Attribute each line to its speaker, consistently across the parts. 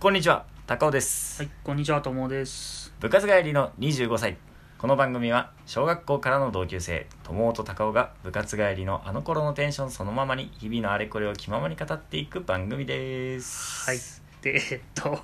Speaker 1: こんにちは高尾です、
Speaker 2: はい、こんにちは、ともです。
Speaker 1: 部活帰りの25歳この番組は小学校からの同級生友と高尾が部活帰りのあの頃のテンションそのままに日々のあれこれを気ままに語っていく番組です
Speaker 2: はい、で、えっと、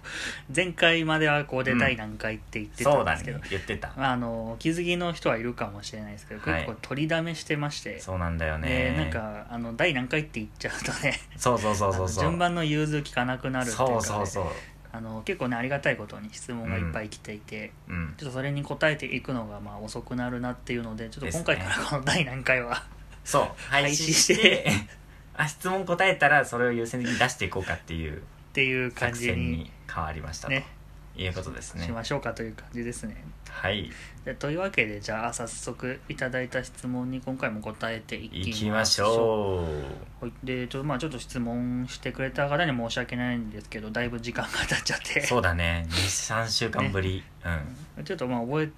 Speaker 2: 前回まではこうで第何回って言ってた
Speaker 1: そうん
Speaker 2: で
Speaker 1: だ
Speaker 2: すけど、
Speaker 1: ね言ってた
Speaker 2: まあ、あの、お気づきの人はいるかもしれないですけど、
Speaker 1: はい
Speaker 2: 結構取りだめしてまして、
Speaker 1: そうなんだよ
Speaker 2: で
Speaker 1: ね
Speaker 2: なんか、あの、第何回って言っちゃうとね、
Speaker 1: そうそうそうそうそ
Speaker 2: あ
Speaker 1: う
Speaker 2: の順番の融通聞かなくなるっていうかね、
Speaker 1: そうそうそう
Speaker 2: あの結構ね、ありがたいことに質問がいっぱい来ていて、
Speaker 1: うん
Speaker 2: ちょっとそれに答えていくのがまあ遅くなるなっていうので、ちょっと今回
Speaker 1: で
Speaker 2: か
Speaker 1: すね
Speaker 2: らこの第何回は、
Speaker 1: そう配信して あ質問答えたらそれを優先的に出していこうかっていう
Speaker 2: っていう感
Speaker 1: 作
Speaker 2: じ
Speaker 1: 戦
Speaker 2: に
Speaker 1: に変わりましたと
Speaker 2: ね
Speaker 1: いうことですね
Speaker 2: しましょうかという感じですね。
Speaker 1: はい
Speaker 2: でというわけでじゃあ早速いただいた質問に今回も答えてい
Speaker 1: 行
Speaker 2: き
Speaker 1: きま
Speaker 2: ま
Speaker 1: し
Speaker 2: しょ
Speaker 1: ょ
Speaker 2: うはいでちょ,、まあ、ちょっと質問してくれた方に申し訳ないんですけどだいぶ時間が経っちゃっ
Speaker 1: う
Speaker 2: て
Speaker 1: そうだね23週間ぶり、うん
Speaker 2: ちょっとまあ覚え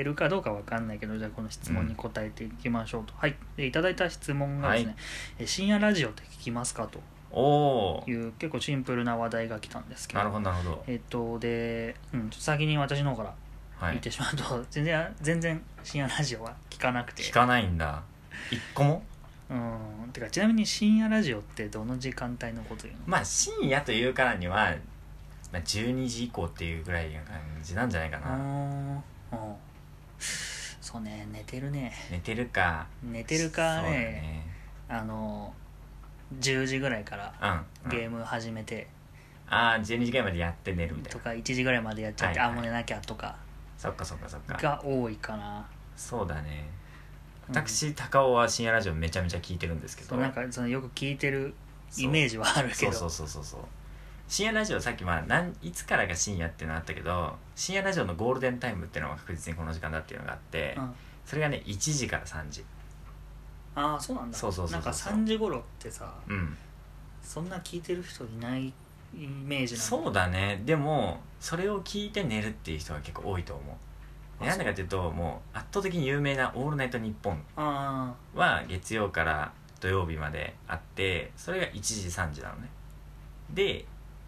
Speaker 2: てるかどうかわかんないけどじゃあこの質問に答えていきましょうと、はいでいただいた質問がですね、
Speaker 1: は
Speaker 2: え深夜ラジオって聞きますか?」
Speaker 1: おお
Speaker 2: という結構シンプルな話題が来たんですけど
Speaker 1: なるほどなるほど
Speaker 2: えっとで、うん、ちょっと先に私の方から
Speaker 1: は
Speaker 2: 言っ
Speaker 1: い
Speaker 2: てしまうと、全然全然深夜ラジオは聞かなくて
Speaker 1: 聞かないんだ一個も
Speaker 2: うんてかちなみに深夜ラジオってどの時間帯のこと言うの
Speaker 1: まあ深夜というからには、まあ、12時以降っていうぐらいな感じなんじゃないか
Speaker 2: うー
Speaker 1: な、
Speaker 2: んうんそうね寝てるね
Speaker 1: 寝てるか
Speaker 2: 寝てるか
Speaker 1: そうだ
Speaker 2: ね
Speaker 1: ね
Speaker 2: あの10時ぐらいから
Speaker 1: うん、
Speaker 2: ゲ
Speaker 1: ム
Speaker 2: ーム始めて、
Speaker 1: ああ12時ぐらいまでやって寝るみたい
Speaker 2: と
Speaker 1: な
Speaker 2: か1時ぐらいまでやっちゃって、
Speaker 1: はいはい
Speaker 2: あもう寝なきゃとか
Speaker 1: そっかそっかそっか
Speaker 2: が多いかな
Speaker 1: そうだね
Speaker 2: うん
Speaker 1: 私、高尾は深夜ラジオめちゃめちゃ聞いてるんですけ
Speaker 2: そ
Speaker 1: ど
Speaker 2: うなんかそのよく聞いてるイメー
Speaker 1: ジ
Speaker 2: ジはあるけ
Speaker 1: そう
Speaker 2: ど
Speaker 1: そうそうそうそう深夜ラジオさっきまあなんいつからが深夜っていうのあったけど深夜ラジオのゴールデンタイムっていうのは確実にこの時間だっていうのがあって、
Speaker 2: うん
Speaker 1: それがね1時から3時
Speaker 2: ああそうなんだ
Speaker 1: そうそうそうそう
Speaker 2: なんか3時頃ってさ
Speaker 1: うん
Speaker 2: そんな聞いてる人いないイメージなん
Speaker 1: そうだねでもそれを聞いて寝るっていう人が結構多いと思う
Speaker 2: あ
Speaker 1: なんでかっていうともう圧倒的に有名な「オールナイトニッポン
Speaker 2: あ」
Speaker 1: は月曜から土曜日まであってそれが1時3時なのねで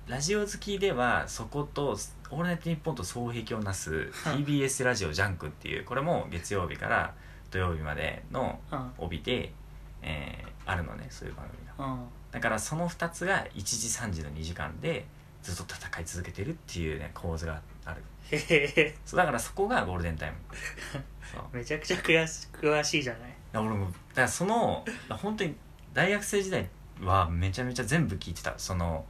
Speaker 1: ラジオ好きではそこと「オールナイトニッポン」と双璧をなす TBS ラジオジャンクっていうこれも月曜日から土曜日までの
Speaker 2: あうん
Speaker 1: 帯で、えーあるのねそういう番組が
Speaker 2: うん
Speaker 1: だからその2つが1時3時の2時間でずっと戦い続けてるっていうね構図がある
Speaker 2: へへへ
Speaker 1: そうだからそこがゴールデンタイムそう
Speaker 2: めちゃくちゃ詳し詳しいじゃない
Speaker 1: だから俺もだからその本当に大学生時代はめちゃめちゃ全部聞いてたその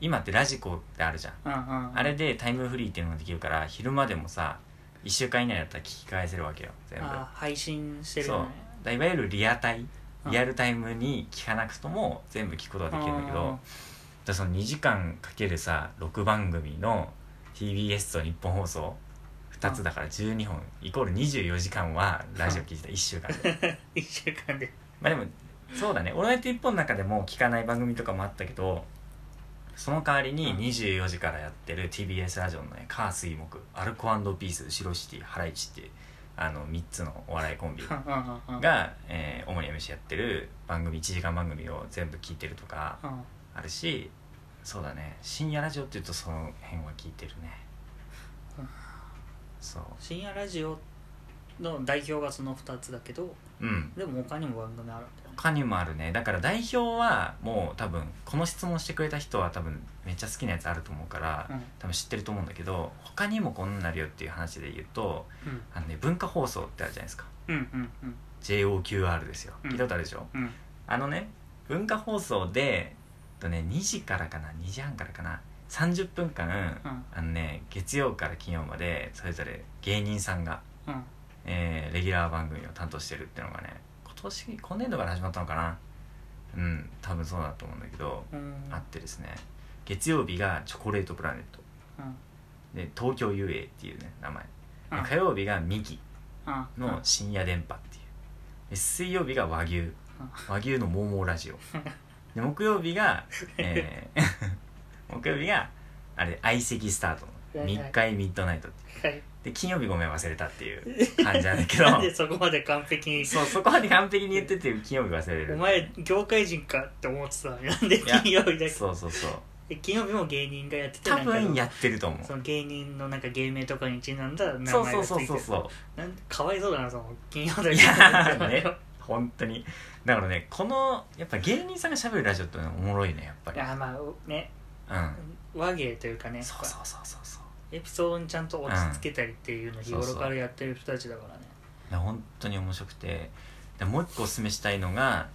Speaker 1: 今ってラジコってあるじゃん
Speaker 2: うんうんうん
Speaker 1: あれでタイムフリーっていうのができるから昼間でもさ1週間以内だったら聞き返せるわけよ全部
Speaker 2: あ配信してる
Speaker 1: そう
Speaker 2: よ
Speaker 1: だから
Speaker 2: ね
Speaker 1: いわゆるリアタイ
Speaker 2: うん
Speaker 1: リアルタイムに聞かなくとも全部聞くことができるんだけど、でその2時間かけるさ6番組の TBS と日本放送2つだから12本イコール24時間はラジオ 聞いてた1週間で
Speaker 2: 1週間で
Speaker 1: まあでもそうだね「オールナイトニッポン」の中でも聞かない番組とかもあったけどその代わりに
Speaker 2: うん
Speaker 1: 24時からやってる TBS ラジオのね火水木アルコピースシロシティハライチっていうあの3つのお笑いコンビ
Speaker 2: うんうんうんうん
Speaker 1: が、えー主に MC やってる番組1時間番組を全部聞いてるとか
Speaker 2: うん
Speaker 1: あるしそうだね深夜ラジオっていうとその辺は聞いてるね
Speaker 2: うん
Speaker 1: そう
Speaker 2: 深夜ラジオの代表がその2つだけど
Speaker 1: うん
Speaker 2: でも他にも番組あるんだよね
Speaker 1: 他にもあるねだから代表はもう多分この質問してくれた人は多分めっちゃ好きなやつあると思うから多分知ってると思うんだけど他にもこんなのあるよっていう話で言うと
Speaker 2: うん
Speaker 1: あのね文化放送ってあるじゃないですか
Speaker 2: うんうんうん
Speaker 1: JOQR ですよ
Speaker 2: うん
Speaker 1: 聞いたことあるでしょ、
Speaker 2: うんうん
Speaker 1: あのね文化放送でえっとね2時からかな2時半からかな30分間
Speaker 2: うん
Speaker 1: あのね月曜から金曜までそれぞれ芸人さんが、
Speaker 2: うん
Speaker 1: えーレギュラー番組を担当してるっていうのがね今年今年度から始まったのかなうん多分そうだと思うんだけど、
Speaker 2: うん
Speaker 1: あってですね月曜日が「チョコレートプラネット
Speaker 2: うん」
Speaker 1: で「東京遊泳」っていうね名前で
Speaker 2: うん
Speaker 1: 火曜日が「ミキ」
Speaker 2: うん
Speaker 1: の深夜電波っていうで水曜日が和牛和牛のモーモーラジオで木曜日が、え ー木曜日があれ相席スタートの
Speaker 2: はいはい
Speaker 1: 密会ミッドナイトって
Speaker 2: はい
Speaker 1: で金曜日ごめん忘れたっていう感じなんだけど
Speaker 2: なんでそこまで完璧に
Speaker 1: そうそこまで完璧に言ってて金曜日忘れる
Speaker 2: お前業界人かって思ってたのになんで金曜日だけ
Speaker 1: そうそうそう
Speaker 2: で金曜日も芸人がやってて
Speaker 1: 多
Speaker 2: なんかの
Speaker 1: 分やってると思う
Speaker 2: その芸人のなんか芸名とかにちなんだ名
Speaker 1: そう
Speaker 2: 前
Speaker 1: そ
Speaker 2: が
Speaker 1: う
Speaker 2: ついて
Speaker 1: そうそうそう
Speaker 2: なんかわいそうだなその金曜日
Speaker 1: いやーね本当にだからねこのやっぱ芸人さんがしゃべるラジオってのはおもろいねやっぱ
Speaker 2: い
Speaker 1: り
Speaker 2: やまあね
Speaker 1: う
Speaker 2: 和芸というかね
Speaker 1: んそうそうそうそうそう
Speaker 2: エピソードにちゃんと落ち着けたりっていうのを日
Speaker 1: うんそう
Speaker 2: 頃
Speaker 1: そう
Speaker 2: からやってる人たちだからね
Speaker 1: いや本当に面白くてでもう一個おすすめしたいのが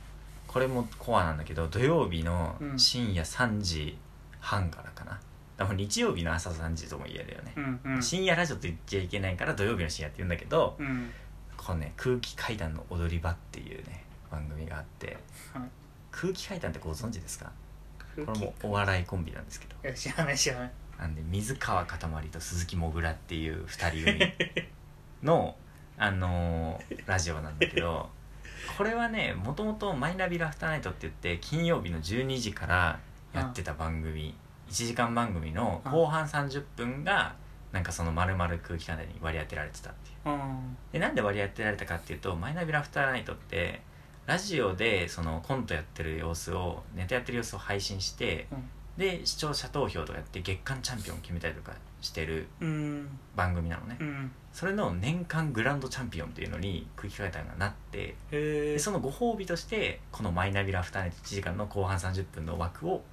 Speaker 1: これもコアなんだけど土曜日の
Speaker 2: うん
Speaker 1: 深夜3時半からかな、だから日曜日の朝3時とも言えるよね、
Speaker 2: うんうん
Speaker 1: 深夜ラジオって言っちゃいけないから土曜日の深夜って言うんだけど、
Speaker 2: うん
Speaker 1: このね「空気階段の踊り場」っていうね番組があって、
Speaker 2: はい
Speaker 1: 空気階段ってご存知ですか
Speaker 2: 空
Speaker 1: こ
Speaker 2: 気
Speaker 1: れもお笑いコンビなんですけど
Speaker 2: いや知らない知らない
Speaker 1: なんで水川かたまりと鈴木もぐらっていう2人組 のあのーラジオなんだけどこれはねもともと「マイナビラフターナイト」って言って金曜日の12時からやってた番組、1時間番組の後半30分がなんかその丸々空気階段に割り当てられてたっていう。
Speaker 2: うん
Speaker 1: でなんで割り当てられたかっていうと「マイナビラフターナイト」ってラジオでそのコントやってる様子をネタやってる様子を配信して、
Speaker 2: うん
Speaker 1: で視聴者投票とかやって月間チャンピオン決めたりとかしてる
Speaker 2: うん
Speaker 1: 番組なのね、
Speaker 2: うん
Speaker 1: それの年間グランドチャンピオンっていうのに空気階段がなって
Speaker 2: へえ
Speaker 1: でそのご褒美としてこの「マイナビラフターナイト」1時間の後半30分の枠を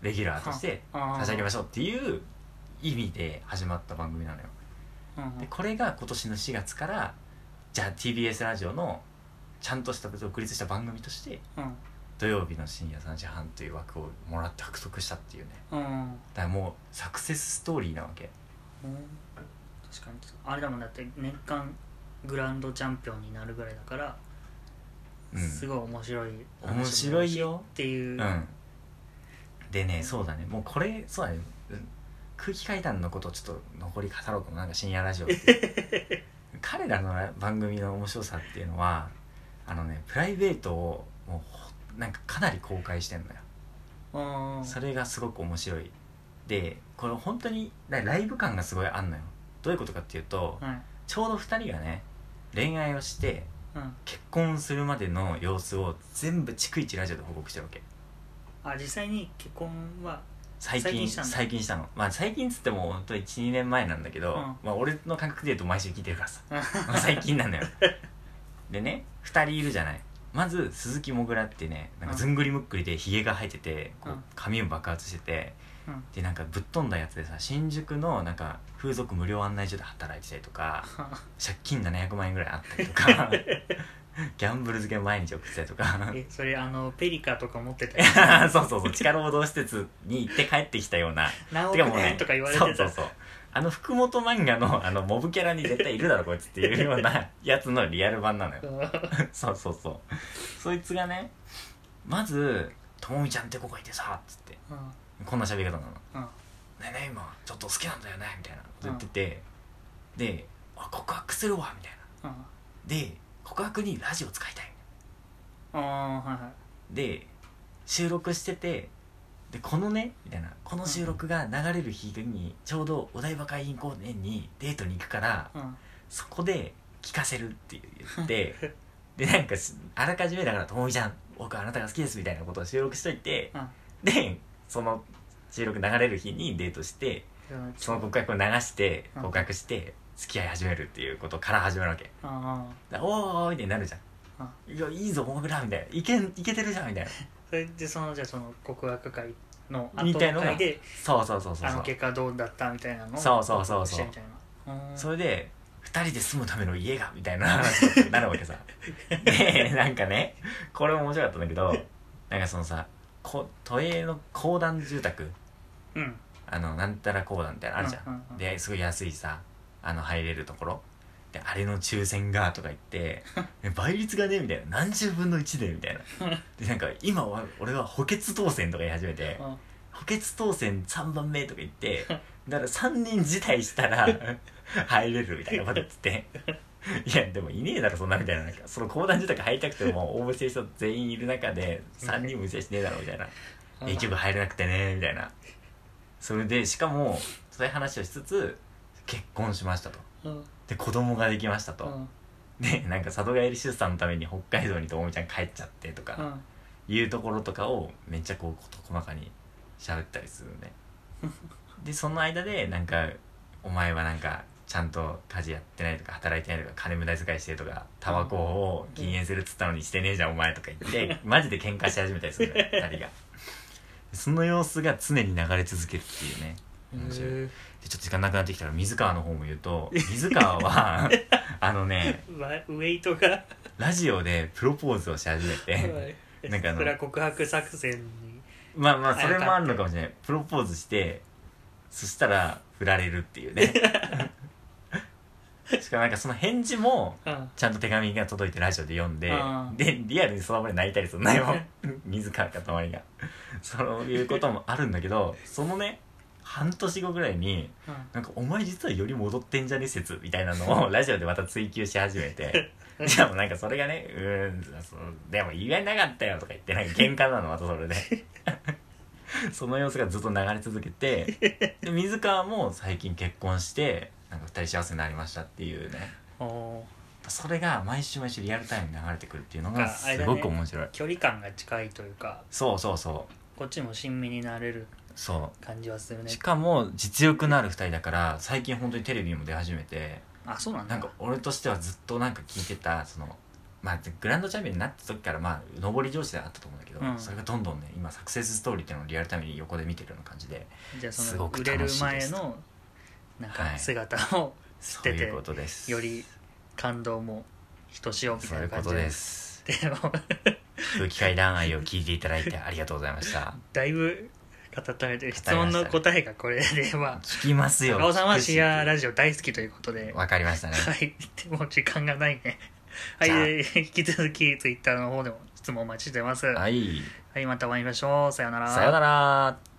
Speaker 1: レギュラーとして差
Speaker 2: 差
Speaker 1: し上げま
Speaker 2: し
Speaker 1: しょうっていう意味で始まった番組なのよ
Speaker 2: た
Speaker 1: でこれが今年の4月からじゃあ TBS ラジオのちゃんとした独立した番組として
Speaker 2: うん
Speaker 1: 土曜日の深夜3時半という枠をもらって獲得したっていうね
Speaker 2: うん
Speaker 1: だからもうサクセスストーリーなわけ
Speaker 2: うん確かにあれだもんだって年間グランドチャンピオンになるぐらいだから、
Speaker 1: うん
Speaker 2: すごい面白い話
Speaker 1: 面白いよ
Speaker 2: っていうう、
Speaker 1: んでねそうだねもうこれそうだね、うん空気階段のことをちょっと残り語ろうかもなんか深夜ラジオって 彼らのラ番組の面白さっていうのはあのねプライベートをもうほなんかかなり公開してんのよ
Speaker 2: うん
Speaker 1: それがすごく面白いでこれ本当にラライブ感がすごいあんのよどういうことかっていうと
Speaker 2: はい
Speaker 1: ちょうど2人がね恋愛をして
Speaker 2: うん、
Speaker 1: 結婚するまでの様子を全部逐一ラジオで報告してるわけ
Speaker 2: あ実際に結婚は
Speaker 1: 最近
Speaker 2: 最
Speaker 1: 最
Speaker 2: 近
Speaker 1: 近
Speaker 2: し
Speaker 1: したた
Speaker 2: の
Speaker 1: のまあ最近っつっても本当12年前なんだけど、
Speaker 2: うん
Speaker 1: まあ俺の感覚で言うと毎週聞いてるから さ
Speaker 2: は
Speaker 1: まあ最近なのよでね2人いるじゃないまず鈴木もぐらってねなんかずんぐりむっくりでひげが生えててこ
Speaker 2: う
Speaker 1: うん髪を爆発してて、
Speaker 2: うん
Speaker 1: でなんかぶっ飛んだやつでさ新宿のなんか風俗無料案内所で働いてたりとか借金700万円ぐらいあったりと かギャンブル漬けの毎日送ってたりと か
Speaker 2: えそれあのペリカとか持って た
Speaker 1: そうそうそう地下労働施設に行って帰ってきたような
Speaker 2: 何億
Speaker 1: てかもう
Speaker 2: 円
Speaker 1: ね
Speaker 2: とか言われて
Speaker 1: そうそ
Speaker 2: た
Speaker 1: うそうあの福本漫画のあのモブキャラに絶対いるだろこいつっていうようなやつのリアル版なのよそうそうそうそいつがねまず「ともみちゃんって子がいてさ」っつって
Speaker 2: うん
Speaker 1: こんな喋り方なの
Speaker 2: うん
Speaker 1: 「ねえねえ今ちょっと好きなんだよね」みたいなこと言ってて、で「あ告白するわ」みたいな
Speaker 2: うん
Speaker 1: で告白にラジオ使いたい
Speaker 2: あーはいはい
Speaker 1: で収録しててでこのねみたいなこの収録が流れる日にちょうどお台場海浜公園にデートに行くから
Speaker 2: うん
Speaker 1: そこで聞かせるって言って でなんかしあらかじめだから「ともみちゃん僕あなたが好きです」みたいなことを収録しといて
Speaker 2: うん
Speaker 1: でその収録流れる日にデートして
Speaker 2: じゃあ
Speaker 1: その告白を流して
Speaker 2: うん
Speaker 1: 告白して付き合い始めるっていうことから始まるわけ
Speaker 2: ああ
Speaker 1: だおーおーみたいになるじゃん「いやいいぞモグラ」みたいな「いけんいけてるじゃん」みたいな
Speaker 2: それでそのじゃあその告白会の後
Speaker 1: みたいの
Speaker 2: の
Speaker 1: が
Speaker 2: 会で
Speaker 1: そうそうそうそう
Speaker 2: あ
Speaker 1: そ
Speaker 2: の
Speaker 1: う
Speaker 2: 結果どうだったみたいなのを
Speaker 1: そうそうそうそう
Speaker 2: 報告してみたいなうん
Speaker 1: それで2人で住むための家がみたいな話になるわけ さでなんかねこれも面白かったんだけどなんかそのさこ都営の公団住宅
Speaker 2: うん
Speaker 1: あのなんたら公団みたいなのあるじゃん、
Speaker 2: うんうんうん
Speaker 1: ですごい安いさあの入れるところであれの抽選がとか言 ってえ倍率がねみたいな何十分の1でみたいなでなんか今は俺は補欠当選とか言い始めて
Speaker 2: うん
Speaker 1: 補欠当選3番目とか言 ってだから3人辞退したら入れるみたいなこと言ってていやでもいねえだろそんなみたいななんかその公団住宅入りたくても応募してる人全員いる中で3人も無制しねえだろみたいな結局入れなくてねみたいなそれでしかもそういう話をしつつ結婚しましたと
Speaker 2: うん
Speaker 1: で子供ができました
Speaker 2: う
Speaker 1: と
Speaker 2: ん
Speaker 1: でなんか里帰り出産のために北海道にともみちゃん帰っちゃってとか
Speaker 2: うん
Speaker 1: いうところとかをめっちゃこう事細かに喋ったりするの ねでその間でなんか「お前はなんかちゃんと家事やってないとか働いてないとか金無駄遣いしてるとかタバコを禁煙するっつったのにしてねえじゃんお前」とか言ってマジで喧嘩し始めたりするのよ二人がその様子が常に流れ続けるっていうね面白い
Speaker 2: へ
Speaker 1: でちょっと時間なくなってきたら水川の方も言う と水川はあのね
Speaker 2: ーわウェイトが
Speaker 1: ラジオでプロポーズをし始めて なんかあの
Speaker 2: それは告白作戦に
Speaker 1: まあまあそれもあるのかもしれないプロポーズしてそしたら振られるっていうねしかもなんかその返事も
Speaker 2: うん
Speaker 1: ちゃんと手紙が届いてラジオで読んで
Speaker 2: あー
Speaker 1: でリアルにその場で泣いたりするのよ 水川かたまりがそういうこともあるんだけどそのね半年後ぐらいに
Speaker 2: うん
Speaker 1: なんかお前実はより戻ってんじゃね説みたいなのをラジオでまた追求し始めて しかもなんかそれがねうーんそのでも言えなかったよとか言ってなんか喧嘩なのまたそれで その様子がずっと流れ続けてで水川も最近結婚してなんか二人幸せになりましたっていうね
Speaker 2: おー
Speaker 1: それが毎週毎週リアルタイムに流れてくるっていうの
Speaker 2: な
Speaker 1: が
Speaker 2: んかあれ
Speaker 1: す
Speaker 2: だね
Speaker 1: ごく面白い、
Speaker 2: 距離感が近いというか
Speaker 1: そうそうそう
Speaker 2: こっちも親身になれる
Speaker 1: そ
Speaker 2: 感じはする
Speaker 1: う
Speaker 2: ね
Speaker 1: しかも実力のある二人だから最近本当にテレビにも出始めて
Speaker 2: あそうなんだ
Speaker 1: なんか俺としてはずっとなんか聞いてたそのまあグランドチャンピオンになった時からまあ上り調子ではあったと思うんだけど、
Speaker 2: うん
Speaker 1: それがどんどんね今サクセスストーリーっていうのをリアルタイムに横で見てるような感じで
Speaker 2: じゃあ
Speaker 1: す
Speaker 2: その
Speaker 1: ご
Speaker 2: 売
Speaker 1: く
Speaker 2: れる
Speaker 1: 楽しいで
Speaker 2: 前
Speaker 1: す
Speaker 2: のなん
Speaker 1: は
Speaker 2: か
Speaker 1: い
Speaker 2: 姿を知っ
Speaker 1: そう
Speaker 2: てて、
Speaker 1: いうことです
Speaker 2: より感動もひとしおみ
Speaker 1: そ
Speaker 2: た
Speaker 1: うい
Speaker 2: いな
Speaker 1: うこ
Speaker 2: 感じ
Speaker 1: とです
Speaker 2: でも
Speaker 1: 空気階段愛を聞いていただいてありがとうございました
Speaker 2: だいぶ語ったれてる
Speaker 1: 語りまし
Speaker 2: 質
Speaker 1: たね
Speaker 2: 問の答えがこれでま
Speaker 1: 聞きます
Speaker 2: あ
Speaker 1: よ
Speaker 2: 高尾さんは
Speaker 1: 聞くし
Speaker 2: シアラジオ大好きということでは
Speaker 1: わかりましたね
Speaker 2: いでも時間がない ねはい
Speaker 1: じゃあ
Speaker 2: えー引き続き ツイッターの方でも質問お待ちしてますは
Speaker 1: はい
Speaker 2: いまたお会いしましょうさよなら
Speaker 1: さよなら